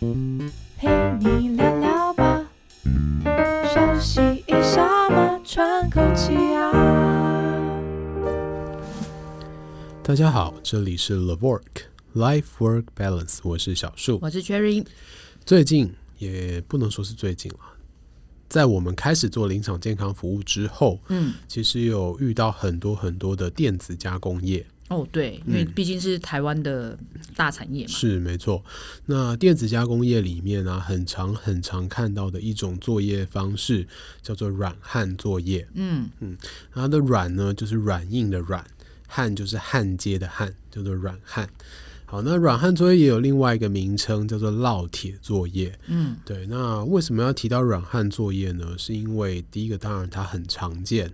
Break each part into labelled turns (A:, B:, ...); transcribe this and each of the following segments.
A: 陪你聊聊吧，休息一下嘛，喘口气啊。
B: 大家好，这里是 The Work Life Work Balance，我是小树。
C: 我是 Cherry，
B: 最近也不能说是最近了，在我们开始做临场健康服务之后，
C: 嗯，
B: 其实有遇到很多很多的电子加工业，
C: 哦对，
B: 嗯
C: 因为毕竟是台湾的大产业嘛，
B: 是没错。那电子加工业里面啊，很常很常看到的一种作业方式叫做软焊作业。
C: 嗯，
B: 它的软呢，就是软硬的软；焊就是焊接的焊，叫做软焊。好，那软焊作业也有另外一个名称，叫做烙铁作业。
C: 嗯，
B: 对。那为什么要提到软焊作业呢？是因为第一个，当然它很常见；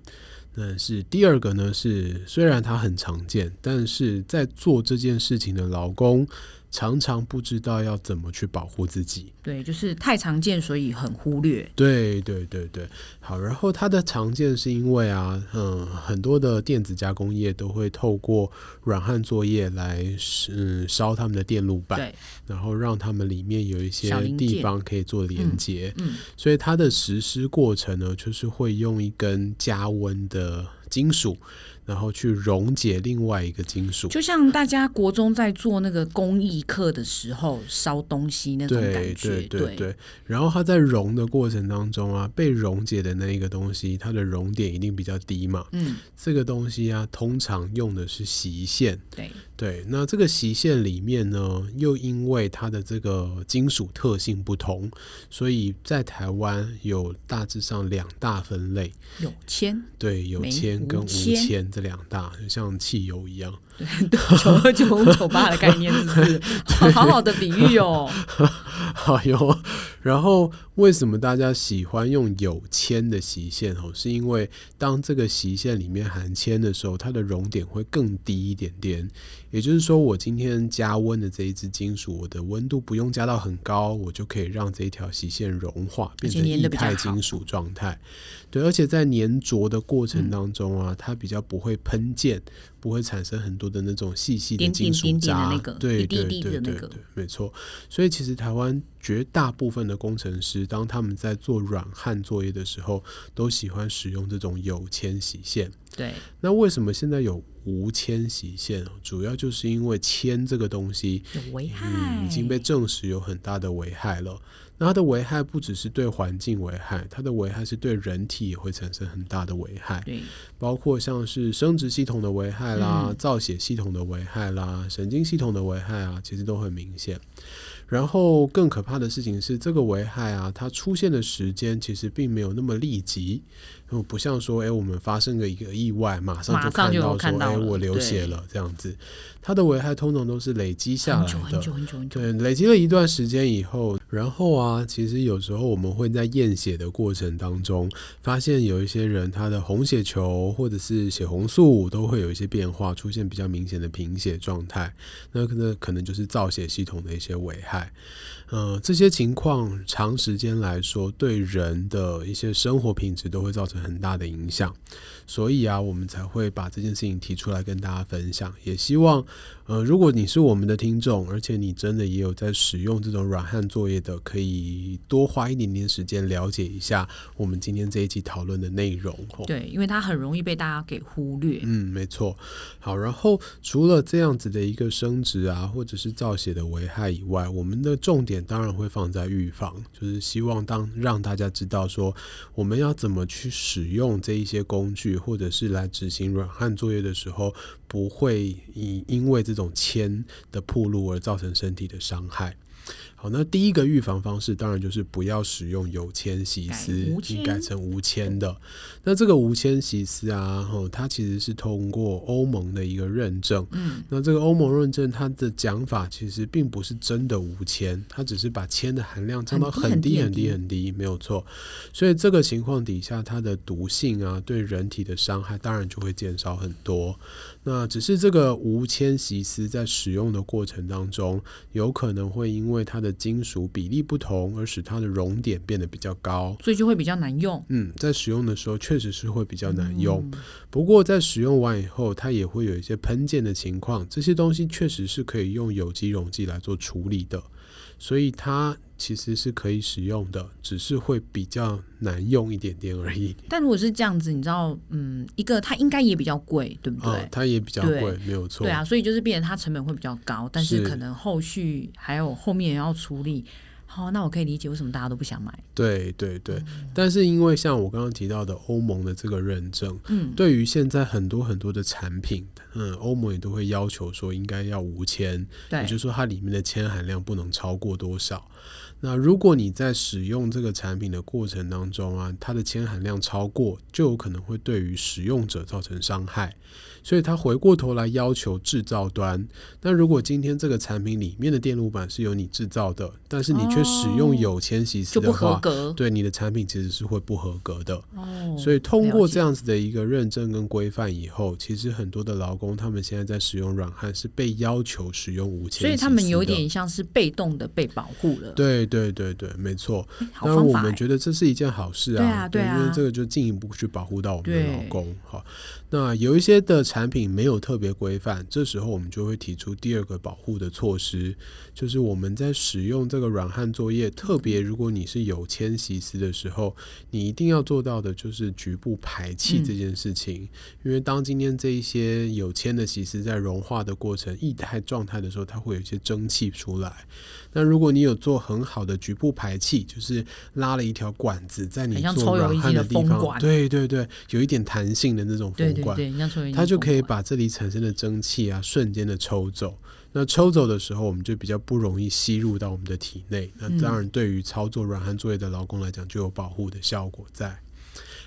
B: 但是第二个呢，是虽然它很常见，但是在做这件事情的劳工常常不知道要怎么去保护自己。
C: 对，就是太常见，所以很忽略。
B: 对对对对，好。然后它的常见是因为啊，嗯，很多的电子加工业都会透过软焊作业来嗯烧他们的电路板，
C: 对，
B: 然后让他们里面有一些
C: 小零件
B: 地方可以做连接。
C: 嗯，
B: 所以它的实施过程呢，就是会用一根加温的金属，然后去溶解另外一个金属。
C: 就像大家国中在做那个工艺课的时候烧东西那种
B: 对
C: 感
B: 对
C: 觉，
B: 对，然后它在溶的过程当中啊，被溶解的那一个东西，它的熔点一定比较低嘛，
C: 嗯，
B: 这个东西啊，通常用的是席线。
C: 对，
B: 对，那这个席线里面呢，又因为它的这个金属特性不同，所以在台湾有大致上两大分类。
C: 有铅，
B: 对，有
C: 没
B: 铅跟
C: 无
B: 无
C: 铅
B: 铅这两大，就像汽油一样。
C: 九二九五九八的概念是不是？好好的比喻 哦，
B: 好哟，哎然后为什么大家喜欢用有铅的席线哦？是因为当这个席线里面含铅的时候，它的熔点会更低一点点。也就是说，我今天加温的这一只金属，我的温度不用加到很高，我就可以让这一条席线融化，变成
C: 而且粘
B: 液
C: 得比较
B: 态
C: 好
B: 金属状态。对，而且在粘着的过
C: 嗯
B: 程当中啊，它比较不会喷溅，不会产生很多的那种细细的
C: 点
B: 金
C: 点
B: 属
C: 点点的
B: 渣
C: 那个，
B: 对
C: 一滴
B: 对
C: 一滴
B: 对
C: 的那
B: 对
C: 个
B: 对，没错。所以其实台湾绝大部分的工程师，当他们在做软焊作业的时候，都喜欢使用这种有铅洗线。
C: 对，
B: 那为什么现在有无铅洗线？啊主要就是因为铅这个东西，
C: 有危害，
B: 嗯，已经被证实有很大的危害了。那它的危害不只是对环境危害，它的危害是对人体也会产生很大的危害。
C: 对，
B: 包括像是生殖系统的危害啦、
C: 嗯
B: 造血系统的危害啦、神经系统的危害啊，其实都很明显。然后更可怕的事情是，这个危害啊，它出现的时间其实并没有那么立即，嗯不像说，哎，我们发生了一个意外，马上就
C: 马上
B: 看
C: 就
B: 到
C: 看
B: 说，
C: 到
B: 哎，
C: 了
B: 我流血
C: 对
B: 了这样子。它的危害通常都是累积下
C: 很
B: 来
C: 久
B: 的
C: 很，久很久很久，
B: 对，累积了一段时间以后，然后啊，其实有时候我们会在验血的过程当中，发现有一些人他的红血球或者是血红素都会有一些变化，出现比较明显的贫血状态，那可能可能就是造血系统的一些危害。呃，这些情况长时间来说，对人的一些生活品质都会造成很大的影响。所以啊，我们才会把这件事情提出来跟大家分享。也希望，呃，如果你是我们的听众，而且你真的也有在使用这种软焊作业的，可以多花一点点时间了解一下我们今天这一期讨论的内容。吼
C: 对，因为它很容易被大家给忽略，
B: 嗯，没错。好，然后除了这样子的一个生殖啊，或者是造血的危害以外，我们的重点当然会放在预防，就是希望当让大家知道说，我们要怎么去使用这一些工具，或者是来执行软焊作业的时候，不会以因为这种铅的铺路而造成身体的伤害。好，那第一个预防方式当然就是不要使用有铅洗
C: 改
B: 丝，
C: 无
B: 你改
C: 铅
B: 成无铅的。那这个无铅洗丝啊，吼，它其实是通过欧盟的一个认证。
C: 嗯，
B: 那这个欧盟认证，它的讲法其实并不是真的无铅，它只是把铅的含量降到很
C: 很低
B: 低很
C: 很低
B: 低很低，没有错。所以这个情况底下，它的毒性啊，对人体的伤害当然就会减少很多。那只是这个无铅洗丝在使用的过程当中，有可能会因因为它的金属比例不同而使它的熔点变得比较高。
C: 所以就会比较难用。嗯
B: 嗯，在使用的时候确实是会比较难用，不过在使用完以后，它也会有一些喷溅的情况，这些东西确实是可以用有机溶剂来做处理的，所以它其实是可以使用的，只是会比较难用一点点而已。
C: 但如果是这样子，你知道，嗯，一个它应该也比较贵，对嗯不对？
B: 啊，它也比较
C: 对
B: 贵，没有错。
C: 对啊，所以就是变成它成本会比较高，但是
B: 是
C: 可能后续还有后面要处理。好，那我可以理解为什么大家都不想买。
B: 对对对，
C: 嗯
B: 但是因为像我刚刚提到的欧盟的这个认证，
C: 嗯，
B: 对于现在很多很多的产品，嗯，欧盟也都会要求说应该要无铅，
C: 对
B: 也就是说它里面的铅含量不能超过多少。那如果你在使用这个产品的过程当中啊，它的铅含量超过，就有可能会对于使用者造成伤害。所以它回过头来要求制造端，那如果今天这个产品里面的电路板是由你制造的，但是你却使用
C: 哦
B: 有铅锡丝
C: 就不
B: 的
C: 合
B: 话，
C: 格。
B: 对你的产品其实是会不合格的。
C: 哦，
B: 所以通
C: 了
B: 过
C: 解
B: 这样子的一个认证跟规范以后，其实很多的劳工他们现在在使用软焊是被要求使用无铅，
C: 所以他们有。点像是被动的被保护了。
B: 对对对对，没错。
C: 诶，好
B: 当然，
C: 方
B: 我
C: 法
B: 们
C: 欸。
B: 觉得这是一件好事啊，
C: 对啊对
B: 因为
C: 啊
B: 这个就进一步去保护到我们的
C: 对
B: 劳工。好，那有一些的产品没有特别规范，这时候我们就会提出第二个保护的措施，就是我们在使用这个软焊作业，特
C: 嗯
B: 别如果你是有铅锡丝的时候，你一定要做到的就是局部排气
C: 嗯
B: 这件事情，因为当今天这一些有铅的锡丝在融化的过程、液态状态的时候，它会有一些蒸汽出来。那如果你有做很好的局部排气，就是拉了一条管子在你
C: 很像
B: 做
C: 抽油
B: 软
C: 烟
B: 焊
C: 机的
B: 地
C: 风
B: 方，
C: 管
B: 对对对，有一点弹性的那种
C: 对
B: 风
C: 对
B: 管，
C: 对，像抽油烟机
B: 它就可以
C: 风管
B: 把这里产生的蒸汽啊瞬间的抽走。那抽走的时候，我们就比较不容易吸入到我们的体内。
C: 嗯
B: 那当然，对于操作软焊作业的劳工来讲，就有保护的效果在。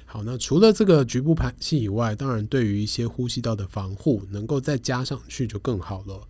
B: 好，那除了这个局部排气以外，当然对于一些呼吸道的防护，能够再加上去就更好了。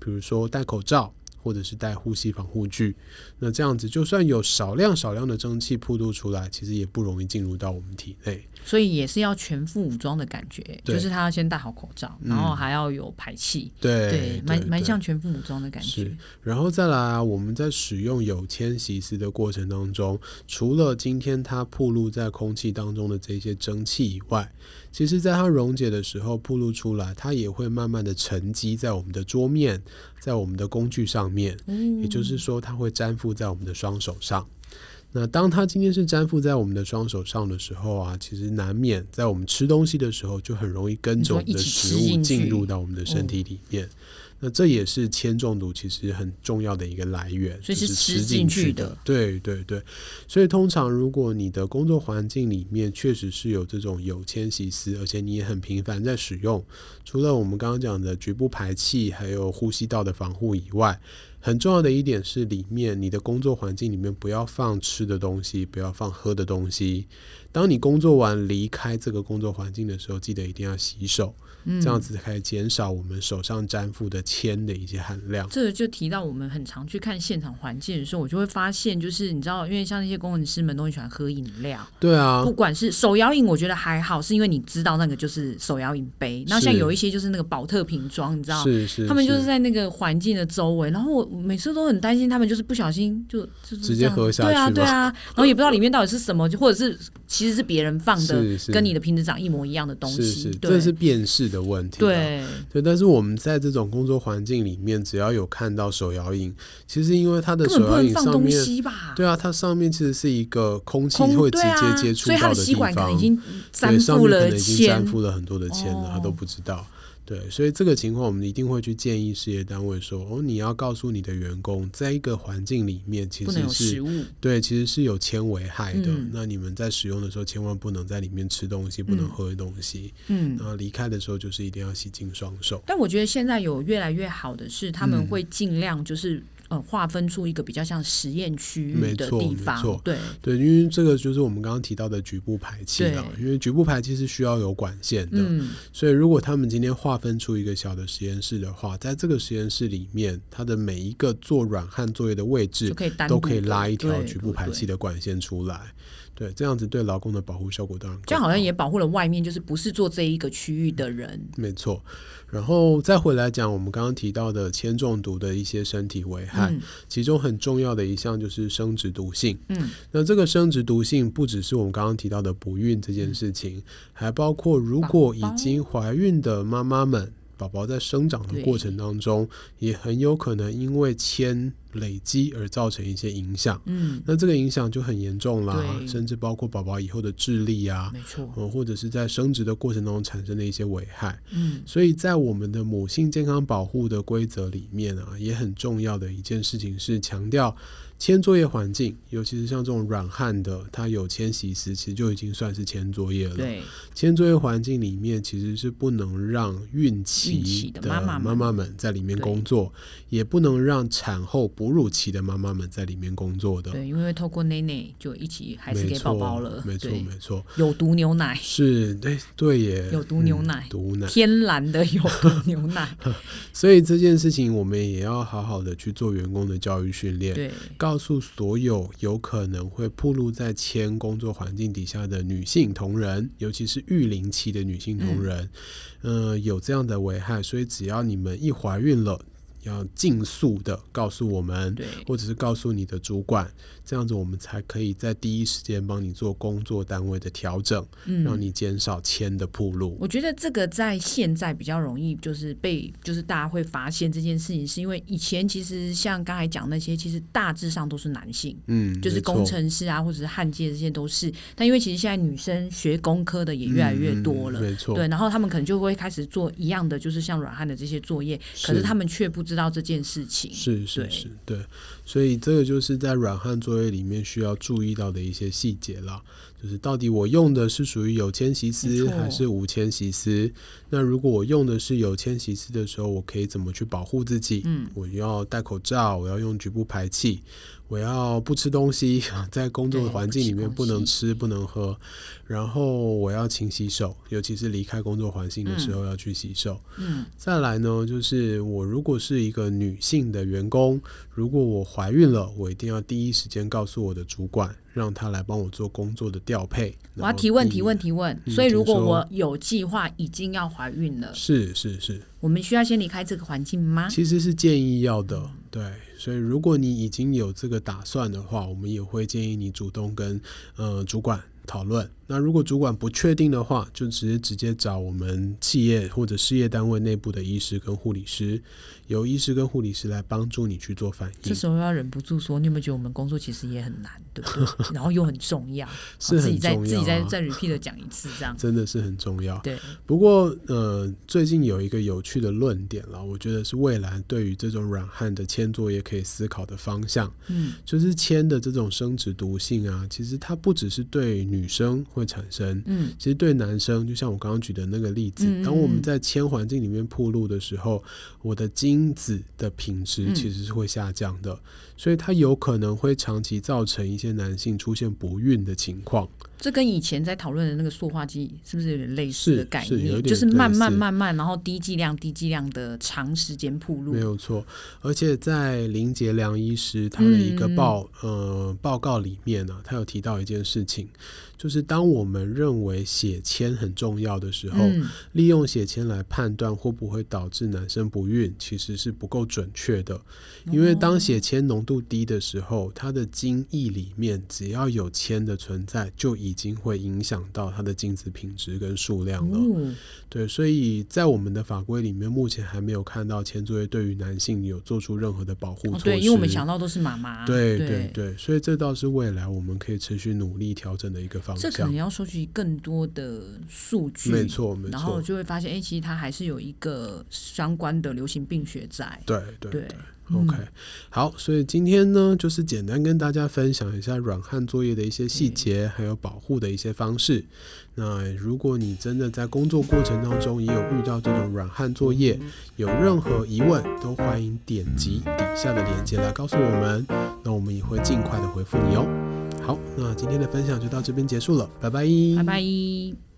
B: 比如说戴口罩，或者是戴呼吸防护具。那这样子，就算有少量少量的蒸汽铺露出来，其实也不容易进入到我们体内。
C: 所以也是要全副武装的感觉，
B: 对嗯
C: 就是他要先戴好口罩，然后还要有排气，
B: 对，
C: 对，蛮蛮
B: 对
C: 像全副武装的感觉
B: 是。然后再来啊，我们在使用有铅锡丝的过程当中，除了今天它暴露在空气当中的这些蒸汽以外，其实在它溶解的时候暴露出来，它也会慢慢的沉积在我们的桌面，在我们的工具上面，
C: 嗯
B: 也就是说，它会粘附在我们的双手上。那当它今天是粘附在我们的双手上的时候啊，其实难免在我们吃东西的时候就很容易跟
C: 你
B: 着
C: 说
B: 我们的
C: 一起
B: 食
C: 吃
B: 物
C: 进
B: 进
C: 去
B: 入到我们的身体里面。那这也是铅中毒其实很重要的一个来源，
C: 所以
B: 就是是
C: 吃
B: 吃
C: 进
B: 进
C: 去
B: 去
C: 的
B: 对对对，所以通常如果你的工作环境里面确实是有这种有铅锡丝，而且你也很频繁在使用，除了我们刚刚讲的局部排气，还有呼吸道的防护以外，很重要的一点是，里面你的工作环境里面不要放吃的东西，不要放喝的东西。当你工作完离开这个工作环境的时候，记得一定要洗手，这样子可以减少我们手上沾附的铅的一些含量。
C: 这个就提到嗯我们很常去看现场环境的时候，我就会发现，就是你知道，因为像那些工程师们都很喜欢喝饮料，
B: 对啊
C: 不，管是手摇饮，我觉得还好，是因为你知道那个就是手摇饮杯。那像
B: 是
C: 有一些就是那个宝特瓶装，你知道，
B: 是是，
C: 他们就是
B: 是
C: 在那个环境的周围，然后我每次都很担心他们就是不小心就就是
B: 直接
C: 这样
B: 喝下
C: 对啊
B: 去
C: 对
B: 吗
C: 啊，然后也不知道里面到底是什么，就或者是其实是别人放的，
B: 是是
C: 跟你的瓶子长一模一样的东
B: 是
C: 西
B: 是，，
C: 对
B: 这是辨识的问题、啊。
C: 对
B: 对，但是我们在这种工作环境里面，只要有看到手摇饮，其实因为它的
C: 根本
B: 手
C: 不
B: 摇
C: 能
B: 饮
C: 放
B: 上
C: 东
B: 面，
C: 西吧？
B: 对啊，它上面其实是一个空气
C: 空
B: 会直
C: 对啊
B: 接接触
C: 所以它
B: 到
C: 的
B: 地
C: 吸管可能
B: 方
C: 已，经
B: 对，
C: 粘
B: 上
C: 附
B: 面可
C: 了
B: 能已经
C: 铅
B: 粘，附了很多的铅了，他都
C: 哦
B: 不知道。对，所以这个情况我们一定会去建议事业单位说，哦，你要告诉你的员工，在一个环境里面其
C: 不
B: 实
C: 能有
B: 是
C: 食物。
B: 对，其实是有铅危害的。
C: 嗯
B: 那你们在使用的时候，千万不能在里面吃东西，不能
C: 嗯
B: 喝东西。
C: 嗯
B: 然，后离开的时候，就是一定要洗净双手。
C: 但我觉得现在有越来越好的是，他
B: 嗯
C: 们会尽量就是。呃，划分出一个比较像实验区
B: 没
C: 域的
B: 错
C: 地
B: 没
C: 方
B: 错，
C: 对，
B: 对，因为这个就是我们刚刚提到的局部排气啊，
C: 对
B: 因为局部排气是需要有管线的，
C: 嗯，
B: 所以如果他们今天划分出一个小的实验室的话，在这个实验室里面，它的每一个做软焊作业的位置
C: 就可以单
B: 都
C: 独
B: 可以
C: 的
B: 拉一条
C: 对
B: 局部排
C: 对
B: 气的管线出来。对，这样子对劳工的保护效果当然更
C: 这样好像也保护了外面，就是不是做这一个区域的人。
B: 没错，然后再回来讲我们刚刚提到的铅中毒的一些身体危害，
C: 嗯
B: 其中很重要的一项就是生殖毒性。
C: 嗯，
B: 那这个生殖毒性不只是我们刚刚提到的不孕这件事
C: 嗯
B: 情，还包括如果已
C: 宝宝
B: 经怀孕的妈妈们，宝宝在生长的过程当中，也很有可能因为铅累积而造成一些影响。
C: 嗯，
B: 那这个影响就很严重啦，
C: 对
B: 甚至包括宝宝以后的智力啊，
C: 嗯 没错。
B: 呃，或者是在生殖的过程当中产生的一些危害。
C: 嗯，
B: 所以在我们的母性健康保护的规则里面啊，也很重要的一件事情是强调铅作业环境，尤其是像这种软旱的，它有迁徙时期就已经算是铅作业了。
C: 对，
B: 铅作业环境里面其实是不能让孕
C: 孕
B: 期
C: 期的
B: 的
C: 妈妈们
B: 妈妈们在里面
C: 对
B: 工作，也不能让产后哺乳期的妈妈们在里面工作的。
C: 对，因为透过内内就一起还是
B: 没
C: 给
B: 错
C: 宝宝了，
B: 没错，
C: 对
B: 没错，
C: 有毒牛奶，
B: 是，对对耶，
C: 有毒牛
B: 嗯
C: 奶
B: 毒奶，
C: 天然的有毒牛奶，
B: 所以这件事情我们也要好好的去做员工的教育训练，
C: 对，
B: 告诉所有有可能会暴露在铅工作环境底下的女性同仁，尤其是育龄期的女性
C: 嗯
B: 同仁，呃，有这样的危害，所以只要你们一怀孕了，要尽速的告诉我们。
C: 对，
B: 或者是告诉你的主管，这样子我们才可以在第一时间帮你做工作单位的调整，让
C: 嗯。
B: 你减少铅的暴露。
C: 我觉得这个在现在比较容易，就是被就是大家会发现这件事情，是因为以前其实像刚才讲那些，其实大致上都是男性，
B: 嗯，
C: 就是
B: 没错
C: 工程师啊，或者是焊接这些都是。但因为其实现在女生学工科的也越来越多了，
B: 嗯嗯没错，
C: 对，然后他们可能就会开始做一样的，就是像软汉的这些作业，可
B: 是
C: 是他们却不知道这件事情。
B: 是是
C: 对
B: 是，对，所以这个就是在软焊作业里面需要注意到的一些细节啦，就是到底我用的是属于有迁徙丝
C: 没错
B: 还是无迁徙丝？那如果我用的是有迁徙丝的时候，我可以怎么去保护自己？
C: 嗯，
B: 我要戴口罩，我要用局部排气，我要不吃东西， 在工作
C: 对
B: 环
C: 不
B: 境
C: 吃
B: 里面
C: 东
B: 不能
C: 西
B: 吃不能喝，然后我要勤洗手，尤其是离开工作环境的时候要去洗手。
C: 嗯，
B: 再来呢，就是我如果是一个女性的员工，如果我怀孕了，我一定要第一时间告诉我的主管，让他来帮我做工作的调配。
C: 我
B: 然
C: 要
B: 后
C: 提问
B: 第一
C: 提问。提问。
B: 嗯
C: 所以如
B: 请
C: 果
B: 说
C: 我有计划已经要怀孕了，
B: 是是是，
C: 我们需要先离开这个环境吗？
B: 其实是建议要的，对。所以如果你已经有这个打算的话，我们也会建议你主动跟呃主管讨论。那如果主管不确定的话，就直接直接找我们企业或者事业单位内部的医师跟护理师，由医师跟护理师来帮助你去做反应。
C: 这时候要忍不住说，你有没有觉得我们工作其实也很难，对不 对？然后又很重要，
B: 是
C: 好自己
B: 很重
C: 再
B: 要、啊，
C: 自己再再 repeat 的讲一次 这样。
B: 真的是很重要。
C: 对，
B: 不过，呃，最近有一个有趣的论点了，我觉得是未来对于这种软焊的铅作业可以思考的方向，
C: 嗯，
B: 就是铅的这种生殖毒性啊，其实它不只是对女生会产生。
C: 嗯，
B: 其实对男生，就像我刚刚举的那个例子，
C: 嗯嗯
B: 当我们
C: 嗯
B: 在铅环境里面铺路的时候，我的精子的品质
C: 嗯
B: 其实是会下降的，所以它有可能会长期造成一些男性出现不孕的情况。
C: 这跟以前在讨论的那个塑化剂是不是有点类
B: 是
C: 似的概
B: 是有
C: 念？
B: 点
C: 就是慢慢
B: 类似
C: 慢慢，然后低剂量、低剂量的长时间铺路
B: 没。有错，而且在林杰良医师他的一个
C: 嗯嗯嗯
B: 报、呃报告里面呢、他有提到一件事情，就是当我们认为血铅很重要的时候，
C: 嗯，
B: 利用血铅来判断会不会导致男生不孕，其实是不够准确的。因为当血铅浓度低的时候，它的精液里面只要有铅的存在，就已经会影响到它的精子品质跟数量了。
C: 哦，
B: 对，所以在我们的法规里面，目前还没有看到前作业对于男性有做出任何的保护措
C: 哦
B: 施。
C: 对，因为我们想到都是妈妈，
B: 对
C: 对
B: 对对，所以这倒是未来我们可以持续努力调整的一个方
C: 这可
B: 向
C: 能。要收集更多的数据，
B: 没错，没
C: 然后
B: 错，
C: 就会发现，哎、其实它还是有一个相关的流行病学在。
B: 对对
C: 对，
B: OK，好，所以今天呢，就是简单跟大家分享一下软焊作业的一些细节，还有保护的一些方式。那如果你真的在工作过程当中也有遇到这种软焊作业，有任何疑问，都欢迎点击底下的链接来告诉我们，那我们也会尽快的回复你哦。好，那今天的分享就到这边结束了，拜拜，
C: 拜拜。